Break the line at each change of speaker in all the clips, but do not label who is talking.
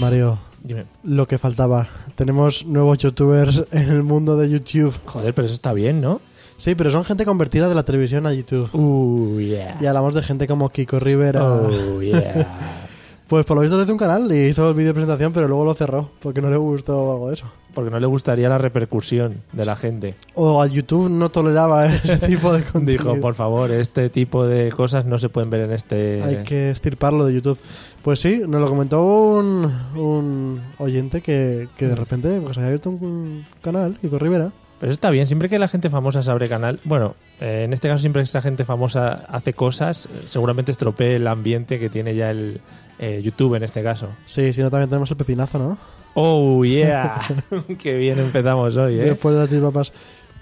Mario,
Dime,
lo que faltaba. Tenemos nuevos youtubers en el mundo de YouTube.
joder, pero eso está bien, ¿no?
Sí, pero son gente convertida de la televisión a YouTube.
Uh, yeah.
Y hablamos de gente como Kiko Rivera.
Oh, yeah.
Pues por lo visto le hizo un canal y hizo el vídeo de presentación, pero luego lo cerró porque no le gustó algo de eso.
Porque no le gustaría la repercusión de la gente.
O a YouTube no toleraba ese tipo de contenido.
Dijo, por favor, este tipo de cosas no se pueden ver en este...
Hay que estirparlo de YouTube. Pues sí, nos lo comentó un, un oyente que, que de repente pues, había abierto un canal, Kiko Rivera.
Pero eso está bien, siempre que la gente famosa se abre canal, bueno, eh, en este caso siempre que esa gente famosa hace cosas, eh, seguramente estropee el ambiente que tiene ya el eh, YouTube en este caso.
Sí, si no, también tenemos el pepinazo, ¿no?
Oh, yeah. Qué bien empezamos hoy, ¿eh?
Después de las chipapas.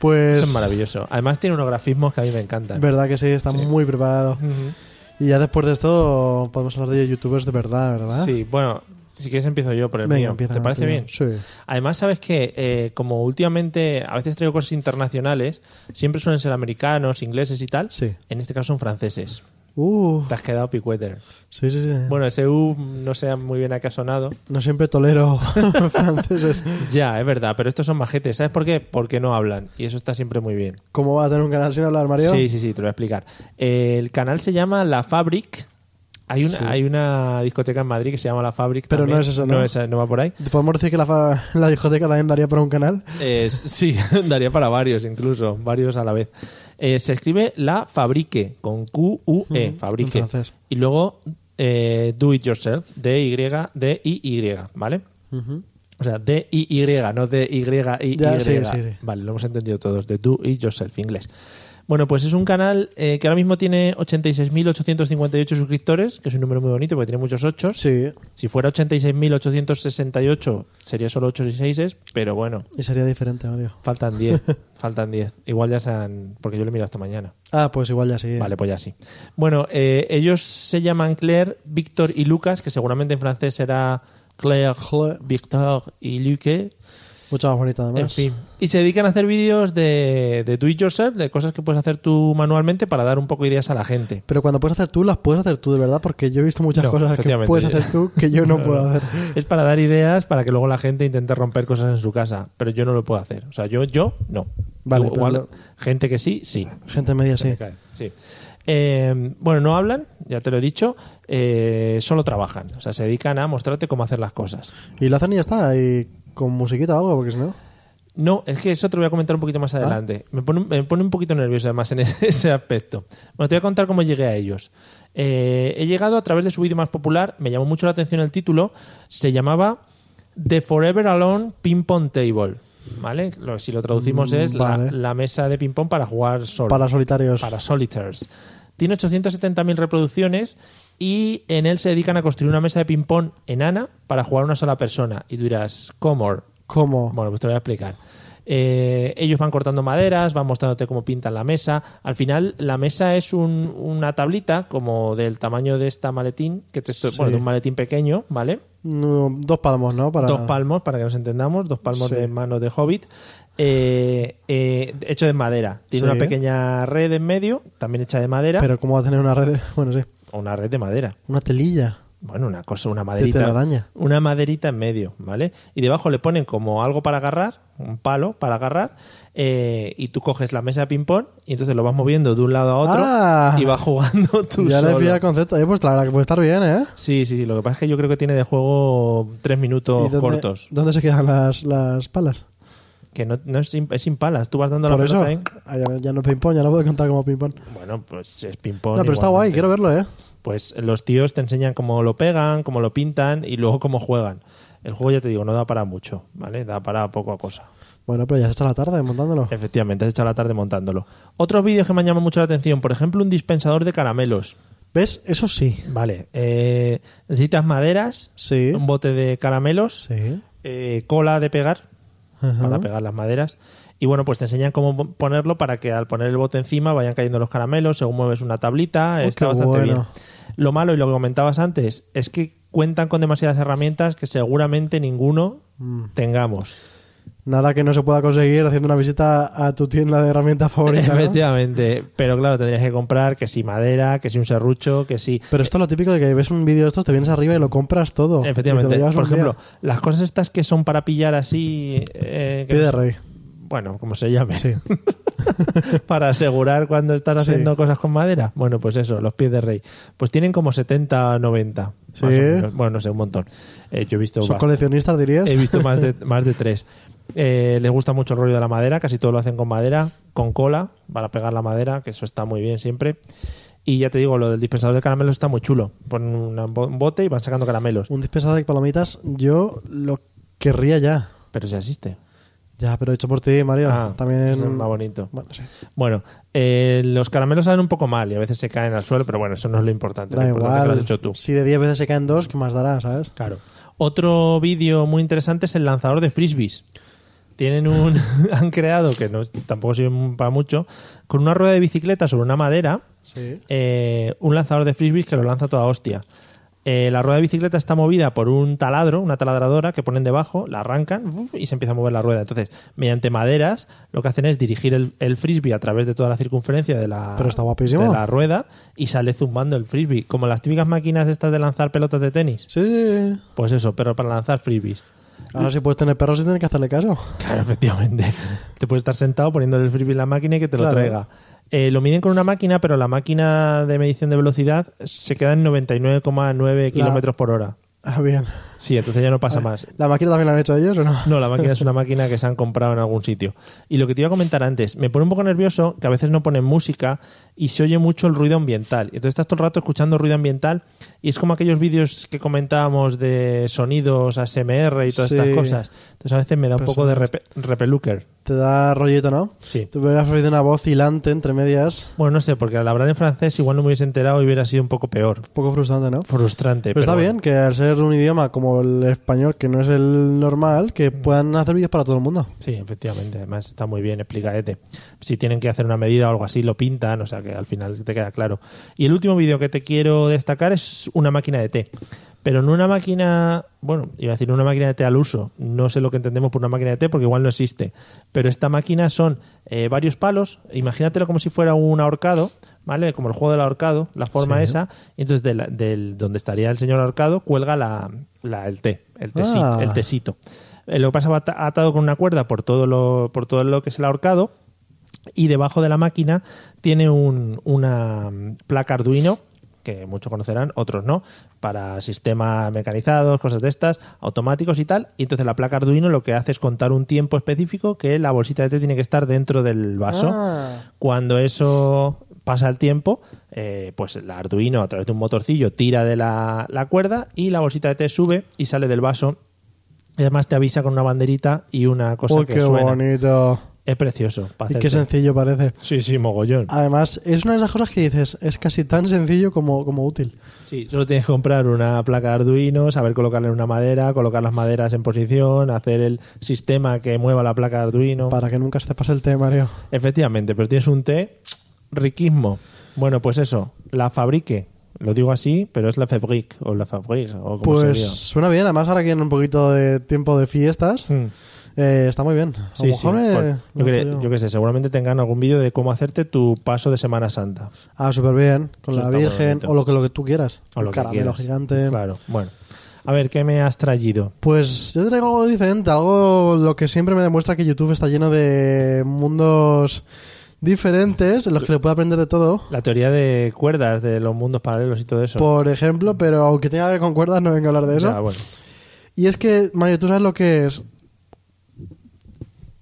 Pues.
Eso es maravilloso. Además tiene unos grafismos que a mí me encantan.
Verdad que sí, está
Sí.
muy preparado.
Ujú.
Y ya después de esto podemos hablar de youtubers de verdad, ¿verdad?
Sí, bueno, si quieres empiezo yo por el
Venga,
mío.
empieza.
¿Te parece
tío.
bien?
Sí.
Además, sabes que eh, como últimamente a veces traigo cosas internacionales, siempre suelen ser americanos, ingleses y tal.
Sí.
En este caso son franceses.
Uh,
Te has quedado picueter.
sí, sí, sí.
Bueno, ese U no sé muy bien a qué ha sonado.
No siempre tolero franceses.
Ya, es verdad, pero estos son majetes. ¿Sabes por qué? Porque no hablan. Y eso está siempre muy bien.
¿Cómo va a tener un canal sin hablar, Mario?
Sí, sí, sí, te lo voy a explicar. El canal se llama La Fabric. Hay una, hay una discoteca en Madrid que se llama La Fabric.
Pero no
también.
es eso, ¿no?
No, es- no va por ahí.
¿Podemos decir que la, fa- la discoteca también daría para un canal?
Eh, sí, daría para varios incluso, varios a la vez. Eh, se escribe la fabrique, con Q-U-E,
Ujú,
fabrique.
en francés.
Y luego eh, do it yourself, D-Y-D-I-Y, ¿vale? O sea, D-I-Y, no D-Y-I-Y.
Ya, sí, sí, sí.
Vale, lo hemos entendido todos, de do it yourself, inglés. Bueno, pues es un canal eh, que ahora mismo tiene 86.858 suscriptores, que es un número muy bonito porque tiene muchos ochos.
Sí.
Si fuera 86.868 sería solo 8 y 6, pero bueno,
Y sería diferente, Mario.
Faltan 10, faltan 10. Igual ya se han... Porque yo lo miro hasta mañana.
Ah, pues igual ya sí.
Vale, pues ya sí. Bueno, eh, ellos se llaman Claire, Víctor y Lucas, que seguramente en francés será Claire,
Claire.
Victor y Luque.
Mucho más bonita, además.
En fin. Y se dedican a hacer vídeos de, de do it yourself, de cosas que puedes hacer tú manualmente para dar un poco ideas a la gente.
Pero cuando puedes hacer tú, las puedes hacer tú, de verdad, porque yo he visto muchas
No,
cosas que
efectivamente.
puedes hacer tú que yo no puedo hacer.
Es para dar ideas para que luego la gente intente romper cosas en su casa. Pero yo no lo puedo hacer. O sea, yo, yo no.
Vale,
Igual,
pero-
gente que sí, sí.
Gente media
Se
sí.
me cae, sí. Eh, bueno, no hablan, ya te lo he dicho, eh, solo trabajan, o sea, se dedican a mostrarte cómo hacer las cosas.
Y lo hacen y ya está, y con musiquita o algo, porque si no.
No, es que eso te lo voy a comentar un poquito
Ah.
más adelante. Me, pone, me pone un poquito nervioso además en ese, ese aspecto. Bueno, te voy a contar cómo llegué a ellos. Eh, he llegado a través de su vídeo más popular, me llamó mucho la atención el título, se llamaba The Forever Alone Ping Pong Table. ¿Vale? Lo- si lo traducimos
Mm,
es la-
vale.
la, mesa de ping pong para jugar solo.
Para solitarios.
Para Solitaires. Tiene 870.000 reproducciones y en él se dedican a construir una mesa de ping-pong enana para jugar una sola persona. Y tú dirás, ¿cómo?
¿Cómo?
Bueno, pues te lo voy a explicar. Eh, ellos van cortando maderas, van mostrándote cómo pintan la mesa. Al final, la mesa es un- una tablita como del tamaño de esta maletín, que te estoy-
Sí.
bueno, de un maletín pequeño, ¿vale?
No, dos palmos, ¿no? Para...
Dos palmos, para que nos entendamos, dos palmos
Sí.
de mano de hobbit, eh, eh, hecho de madera. Tiene
Sí.
una pequeña red en medio, también hecha de madera,
Pero ¿cómo va a tener una red? de- Bueno, sí.
o una red de madera.
Una telilla.
Bueno, una cosa, una maderita.
telaraña.
Una maderita en medio, ¿vale? Y debajo le ponen como algo para agarrar, un palo para agarrar, eh, y tú coges la mesa de ping-pong y entonces lo vas moviendo de un lado a otro
Ah.
y vas jugando tú
ya le
solo.
pilla el concepto. Oye, pues la verdad que puede estar bien, ¿eh?
Sí, sí, sí. Lo que pasa es que yo creo que tiene de juego tres
¿Y
minutos
dónde,
cortos.
¿Dónde se quedan las, las palas?
Que no, no es, sin, es sin palas. Tú vas dando la
Por eso.
pelota ¿eh?
Ah, ya, no- ya no es ping-pong, ya lo puedo contar como ping-pong.
Bueno, pues es ping-pong.
No, pero está guay,
igualmente.
quiero verlo, ¿eh?
pues los tíos te enseñan cómo lo pegan, cómo lo pintan y luego cómo juegan. El juego, ya te digo, no da para mucho, ¿vale? Da para poco a cosa.
Bueno, pero ya se está la tarde montándolo.
Eh. Efectivamente, has echado la tarde montándolo. Otros vídeos que me han llamado mucho la atención, por ejemplo, un dispensador de caramelos.
¿Ves? Eso sí.
Vale, eh, necesitas maderas,
Sí.
un bote de caramelos,
Sí.
eh, cola de pegar,
Ajá.
para pegar las maderas. Y bueno, pues te enseñan cómo po- ponerlo para que al poner el bote encima vayan cayendo los caramelos, según mueves una tablita,
Uy,
está
qué
bastante
bueno.
bien. Lo malo y lo que comentabas antes es que cuentan con demasiadas herramientas que seguramente ninguno
Mm.
tengamos.
Nada que no se pueda conseguir haciendo una visita a tu tienda de herramientas favorita. ¿no?
Efectivamente, pero claro, tendrías que comprar que si madera, que si un serrucho, que si...
Pero esto es lo típico de que ves un vídeo de estos, te vienes arriba y lo compras todo. Oh, Y te
Efectivamente,
lo llevas
por
un día.
ejemplo, las cosas estas que son para pillar así... eh, que
Pie
no
de
sé-
rey.
Bueno, como se llame.
Sí.
para asegurar cuando estás
Sí.
haciendo cosas con madera. Bueno, pues eso, los pies de rey. Pues tienen como 70, 90. más
Sí.
o menos. Bueno, no sé, un montón. Eh, yo he visto,
¿Son
bast-
coleccionistas, dirías?
he visto más de, más de tres. Eh, les gusta mucho el rollo de la madera, casi todo lo hacen con madera, con cola, para pegar la madera, que eso está muy bien siempre. Y ya te digo, lo del dispensador de caramelos está muy chulo. Ponen una- un bote y van sacando caramelos.
Un dispensador de palomitas, yo lo querría ya.
Pero si existe.
Ya, pero hecho por ti, Mario.
Ah,
También
eso es más bonito.
Bueno, sí.
Bueno, eh, los caramelos salen un poco mal y a veces se caen al suelo, pero bueno, eso no es lo importante.
Da
lo importante es que
igual.
lo has hecho tú.
Si de 10 veces se caen dos, ¿qué más dará, sabes?
Claro. Otro vídeo muy interesante es el lanzador de frisbees. Tienen un. han creado, que no, es- tampoco sirve para mucho, con una rueda de bicicleta sobre una madera,
Sí.
eh, un lanzador de frisbees que lo lanza toda hostia. Eh, la rueda de bicicleta está movida por un taladro, una taladradora que ponen debajo, la arrancan uf, y se empieza a mover la rueda. Entonces, mediante maderas, lo que hacen es dirigir el, el frisbee a través de toda la circunferencia de la,
Pero está guapísimo.
de la rueda y sale zumbando el frisbee. Como las típicas máquinas estas de lanzar pelotas de tenis.
Sí, sí, sí.
Pues eso, pero para lanzar freebies.
Ahora si puedes tener perros y tienes que hacerle caso.
Claro, efectivamente. Te puedes estar sentado poniéndole el freebie en la máquina y que te lo
Claro.
traiga. Eh, lo miden con una máquina, pero la máquina de medición de velocidad se queda en 99,9
La-
kilómetros por hora.
Ah, bien.
Sí, entonces ya no pasa más.
¿La máquina también la han hecho ellos o no?
No, la máquina es una máquina que se han comprado en algún sitio. Y lo que te iba a comentar antes, me pone un poco nervioso que a veces no ponen música y se oye mucho el ruido ambiental. Y Entonces estás todo el rato escuchando ruido ambiental y es como aquellos vídeos que comentábamos de sonidos, ASMR y todas
Sí.
estas cosas. Entonces a veces me da un
Pues
poco de repe- repeluker.
Te da rollito, ¿no?
Sí.
Te hubieras oído una voz hilante entre medias.
Bueno, no sé, porque al hablar en francés igual no me hubiese enterado y hubiera sido un poco peor.
Un poco frustrante, ¿no?
Frustrante.
Pero, Pues está
bueno.
bien que al ser un idioma como el español, que no es el normal, que
Mm.
puedan hacer vídeos para todo el mundo.
Sí, efectivamente. Además está muy bien, explícate. Si tienen que hacer una medida o algo así, lo pintan, o sea que al final te queda claro. Y el último vídeo que te quiero destacar es una máquina de té. Pero no una máquina, bueno, iba a decir una máquina de té al uso. No sé lo que entendemos por una máquina de té porque igual no existe. Pero esta máquina son eh, varios palos. Imagínatelo como si fuera un ahorcado, ¿vale? Como el juego del ahorcado, la forma esa. Y entonces de la- del, donde estaría el señor ahorcado cuelga la, la- el té, el tesi-
Ah.
el tesito. Eh, lo que pasa va ata- atado con una cuerda por todo lo, por todo lo que es el ahorcado y debajo de la máquina tiene un- una mm, placa Arduino que muchos conocerán, otros no, para sistemas mecanizados, cosas de estas, automáticos y tal. Y entonces la placa Arduino lo que hace es contar un tiempo específico que la bolsita de té tiene que estar dentro del vaso.
Ah.
Cuando eso pasa el tiempo, eh, pues el Arduino a través de un motorcillo tira de la, la cuerda y la bolsita de té sube y sale del vaso. Y además te avisa con una banderita y una cosa
Uy,
que
qué
suena.
bonito.
Es precioso. pa'
Y qué
hacer té.
sencillo Ah. parece.
Sí, sí, mogollón.
Además, es una de esas cosas que dices, es casi tan sencillo como, como útil.
Sí, solo tienes que comprar una placa de Arduino, saber colocarle una madera, colocar las maderas en posición, hacer el sistema que mueva la placa de Arduino.
Para que nunca se te pase el té, Mario.
Efectivamente, pero tienes un té riquismo. Bueno, pues eso, la fabrique. Lo digo así, pero es la fabrique o la fabrique o como
Pues
se
suena bien, además ahora que en un poquito de tiempo de fiestas,
diga. Mm.
eh, está muy bien. A lo
Sí, sí.
mejor, eh,
bueno, yo,
me
cre-
lanzo yo.
yo qué sé, seguramente tengan algún vídeo de cómo hacerte tu paso de Semana Santa.
Ah, súper bien, con
Eso
la
está muy
Virgen,
bonito.
o lo que, lo que tú quieras.
O lo
Un
que
caramelo
quieras.
gigante.
Claro, bueno. A ver, ¿qué me has traído?
Pues yo traigo algo diferente, algo lo que siempre me demuestra que YouTube está lleno de mundos diferentes en los que le puedo aprender de todo.
La teoría de cuerdas, de los mundos paralelos y todo eso.
Por ejemplo, pero aunque tenga que ver con cuerdas, Pues, no vengo a hablar de eso.
Ya, bueno.
Y es que, Mario, tú sabes lo que es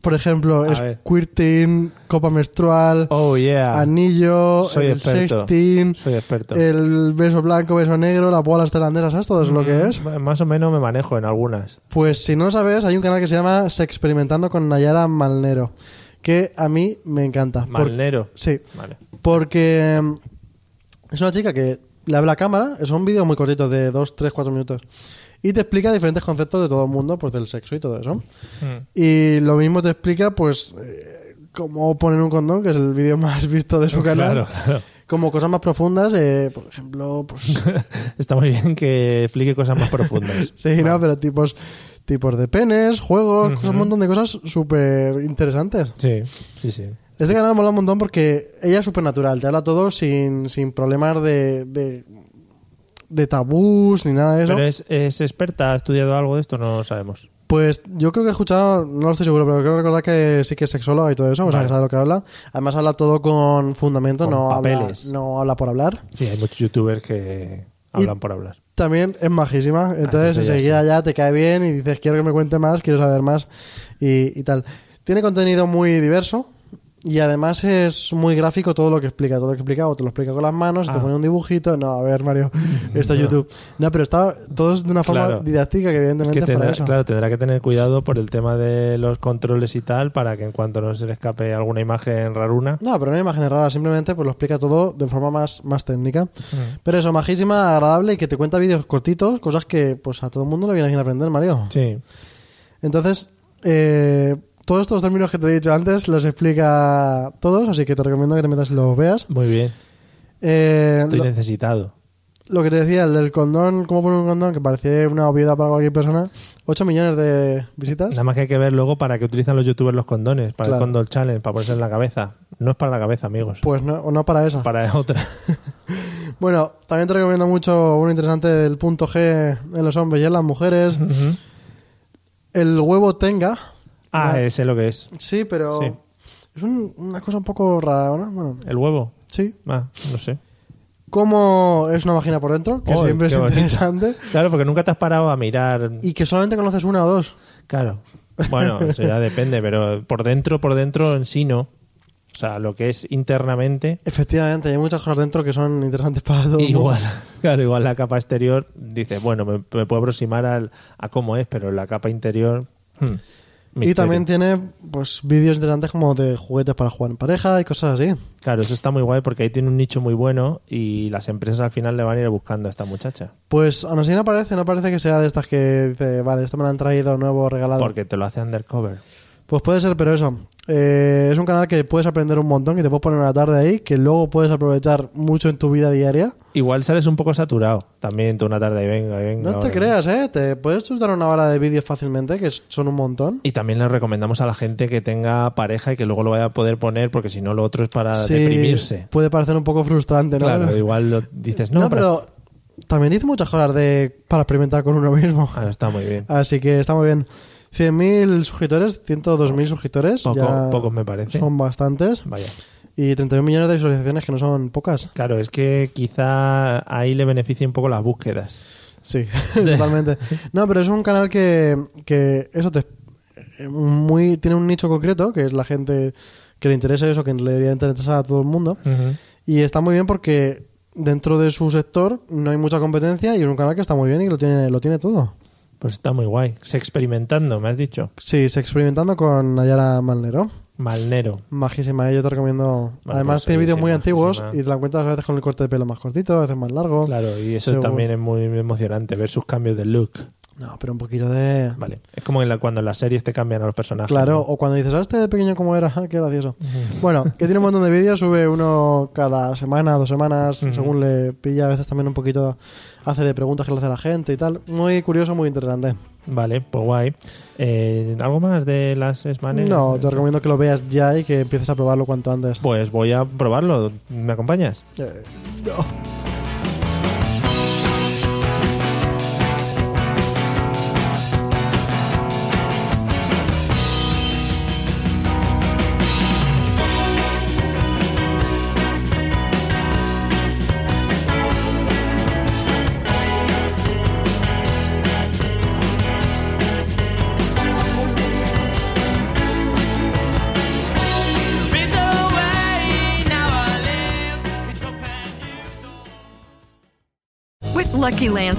por ejemplo,
A ver.
squirting, copa menstrual,
Oh, yeah.
anillo,
Soy
el
experto.
sexting,
Soy experto.
el beso blanco, beso negro, las bolas tailandesas, ¿sabes todo eso
Mm.
lo que es?
M- Más o menos me manejo en algunas.
Pues si no lo sabes, hay un canal que se llama Se Experimentando con Nayara Malnero, que a mí me encanta. Por-
Malnero.
sí,
Vale.
porque mm, es una chica que le habla a cámara, son vídeos muy cortitos de 2, 3, 4 minutos, y te explica diferentes conceptos de todo el mundo, pues del sexo y todo eso.
Mm.
Y lo mismo te explica, pues, eh, cómo poner un condón, que es el vídeo más visto de su canal.
Claro, claro.
Como cosas más profundas, eh, por ejemplo, pues
Está muy bien que explique cosas más profundas.
Sí, no, pero tipos, tipos de penes, juegos, cosas- un montón de cosas súper interesantes.
Sí, sí, sí.
Este canal mola un montón porque ella es súper natural, te habla todo sin, sin problemas de, de, de tabús ni nada de eso.
Pero es, es experta, ha estudiado algo de esto, no lo sabemos.
Pues yo creo que he escuchado, no lo estoy seguro, pero creo recordar que sí que es sexóloga y todo eso, o sea,
Vale.
que sabe lo que habla. Además habla todo con fundamento,
Con
no, habla,
papeles.
no habla por hablar.
Sí, hay muchos youtubers que hablan por hablar.
También es majísima, entonces
entonces Ah, ya
enseguida ya te cae bien y dices, quiero que me cuente más, quiero saber más y, y tal. Tiene contenido muy diverso y además es muy gráfico todo lo que explica, todo lo que explica, o te lo explica con las manos, te
Ah.
pone un dibujito, no, a ver Mario, esto es YouTube. No, pero está todo es de una forma
Claro.
didáctica que
Es
evidentemente
que
es para
tendrá,
eso.
claro, tendrá que tener cuidado por el tema de los controles y tal, para que en cuanto no se le escape alguna imagen raruna.
No, pero no hay imágenes raras, simplemente pues lo explica todo de forma más, más técnica.
Mm.
Pero eso, majísima, agradable y que te cuenta vídeos cortitos, cosas que pues a todo el mundo le viene bien aprender, Mario.
Sí.
Entonces, eh, todos estos términos que te he dicho antes los explica todos, así que te recomiendo que te metas y los veas.
Muy bien.
Eh,
Estoy
lo,
necesitado.
lo que te decía, el del condón, cómo poner un condón, que parecía una obviedad para cualquier persona. 8 millones de visitas.
Nada más que hay que ver luego para qué utilizan los youtubers los condones, para
Claro.
el condol challenge, para ponerse en la cabeza. No es para la cabeza, amigos.
Pues no, o no para esa.
Para otra.
Bueno, también te recomiendo mucho uno interesante del punto G en los hombres y en las mujeres. El huevo tenga.
Ah,
Vale.
eh, sé lo que es.
Sí, pero
Sí.
es un- una cosa un poco rara, ¿no? Bueno,
¿El huevo?
sí.
Ah, no sé.
Cómo es una vagina por dentro, que
Oy,
siempre es
qué bonito.
interesante.
Claro, porque nunca te has parado a mirar.
Y que solamente conoces una o dos.
Claro. Bueno, eso ya depende, pero por dentro, por dentro en sí no. O sea, lo que es internamente.
Efectivamente, hay muchas cosas dentro que son interesantes para todo. el mundo.
Igual, claro, igual la capa exterior dice, bueno, me, me puedo aproximar al, a cómo es, pero la capa interior. hmm,
Y
misterio.
también tiene pues vídeos interesantes como de juguetes para jugar en pareja y cosas así.
Claro, eso está muy guay porque ahí tiene un nicho muy bueno y las empresas al final le van a ir buscando a esta muchacha.
Pues aún así no parece, no parece que sea de estas que dice, vale, esto me lo han traído nuevo, regalado.
Porque te lo hace undercover.
Pues puede ser, pero eso. eh, es un canal que puedes aprender un montón, que te puedes poner una tarde ahí, que luego puedes aprovechar mucho en tu vida diaria.
Igual sales un poco saturado también tú una tarde y venga, y venga.
No te
ahora.
creas, ¿eh? Te puedes chutar una hora de vídeos fácilmente, que son un montón.
Y también le recomendamos a la gente que tenga pareja y que luego lo vaya a poder poner porque si no lo otro es para
Sí,
deprimirse.
Puede parecer un poco frustrante, ¿no?
Claro, igual lo dices, no,
No, pero también dice muchas cosas de, para experimentar con uno mismo.
Ah, está muy bien.
Así que está muy bien. 100.000 suscriptores, 102.000 suscriptores.
Poco-
ya
pocos me parece.
Son bastantes.
Vaya.
Y 31 millones de visualizaciones que no son pocas.
Claro, es que quizá ahí le beneficie un poco las búsquedas.
Sí, totalmente. No, pero es un canal que, que eso te muy tiene un nicho concreto, que es la gente que le interesa eso, que le debería interesar a todo el mundo. Y está muy bien porque dentro de su sector no hay mucha competencia y es un canal que está muy bien y lo tiene, lo tiene todo.
Pues está muy guay. Se experimentando, me has dicho.
Sí, se experimentando con Nayara Malnero.
Malnero.
Majísima, ¿eh? yo te recomiendo.
Vale,
Además,
pues,
tiene vídeos muy
majísima.
antiguos y te la encuentras a veces con el corte de pelo más cortito, a veces más largo.
Claro, y eso
Seguro.
también es muy emocionante, ver sus cambios de look.
No, pero un poquito de.
Vale. Es como en la- cuando en las series te cambian a los personajes.
Claro,
¿no?
o cuando dices, "Ah, este de pequeño cómo era? Ah, Qué gracioso. Bueno, que tiene un montón de vídeos, sube uno cada semana, dos semanas, según le pilla. A veces también un poquito hace de preguntas que le hace la gente y tal. Muy curioso, muy interesante.
Vale, pues guay. Eh, ¿Algo más de las Smanes?
No, te recomiendo que lo veas ya y que empieces a probarlo cuanto antes.
Pues voy a probarlo. ¿Me acompañas?
Eh,
Lucky Land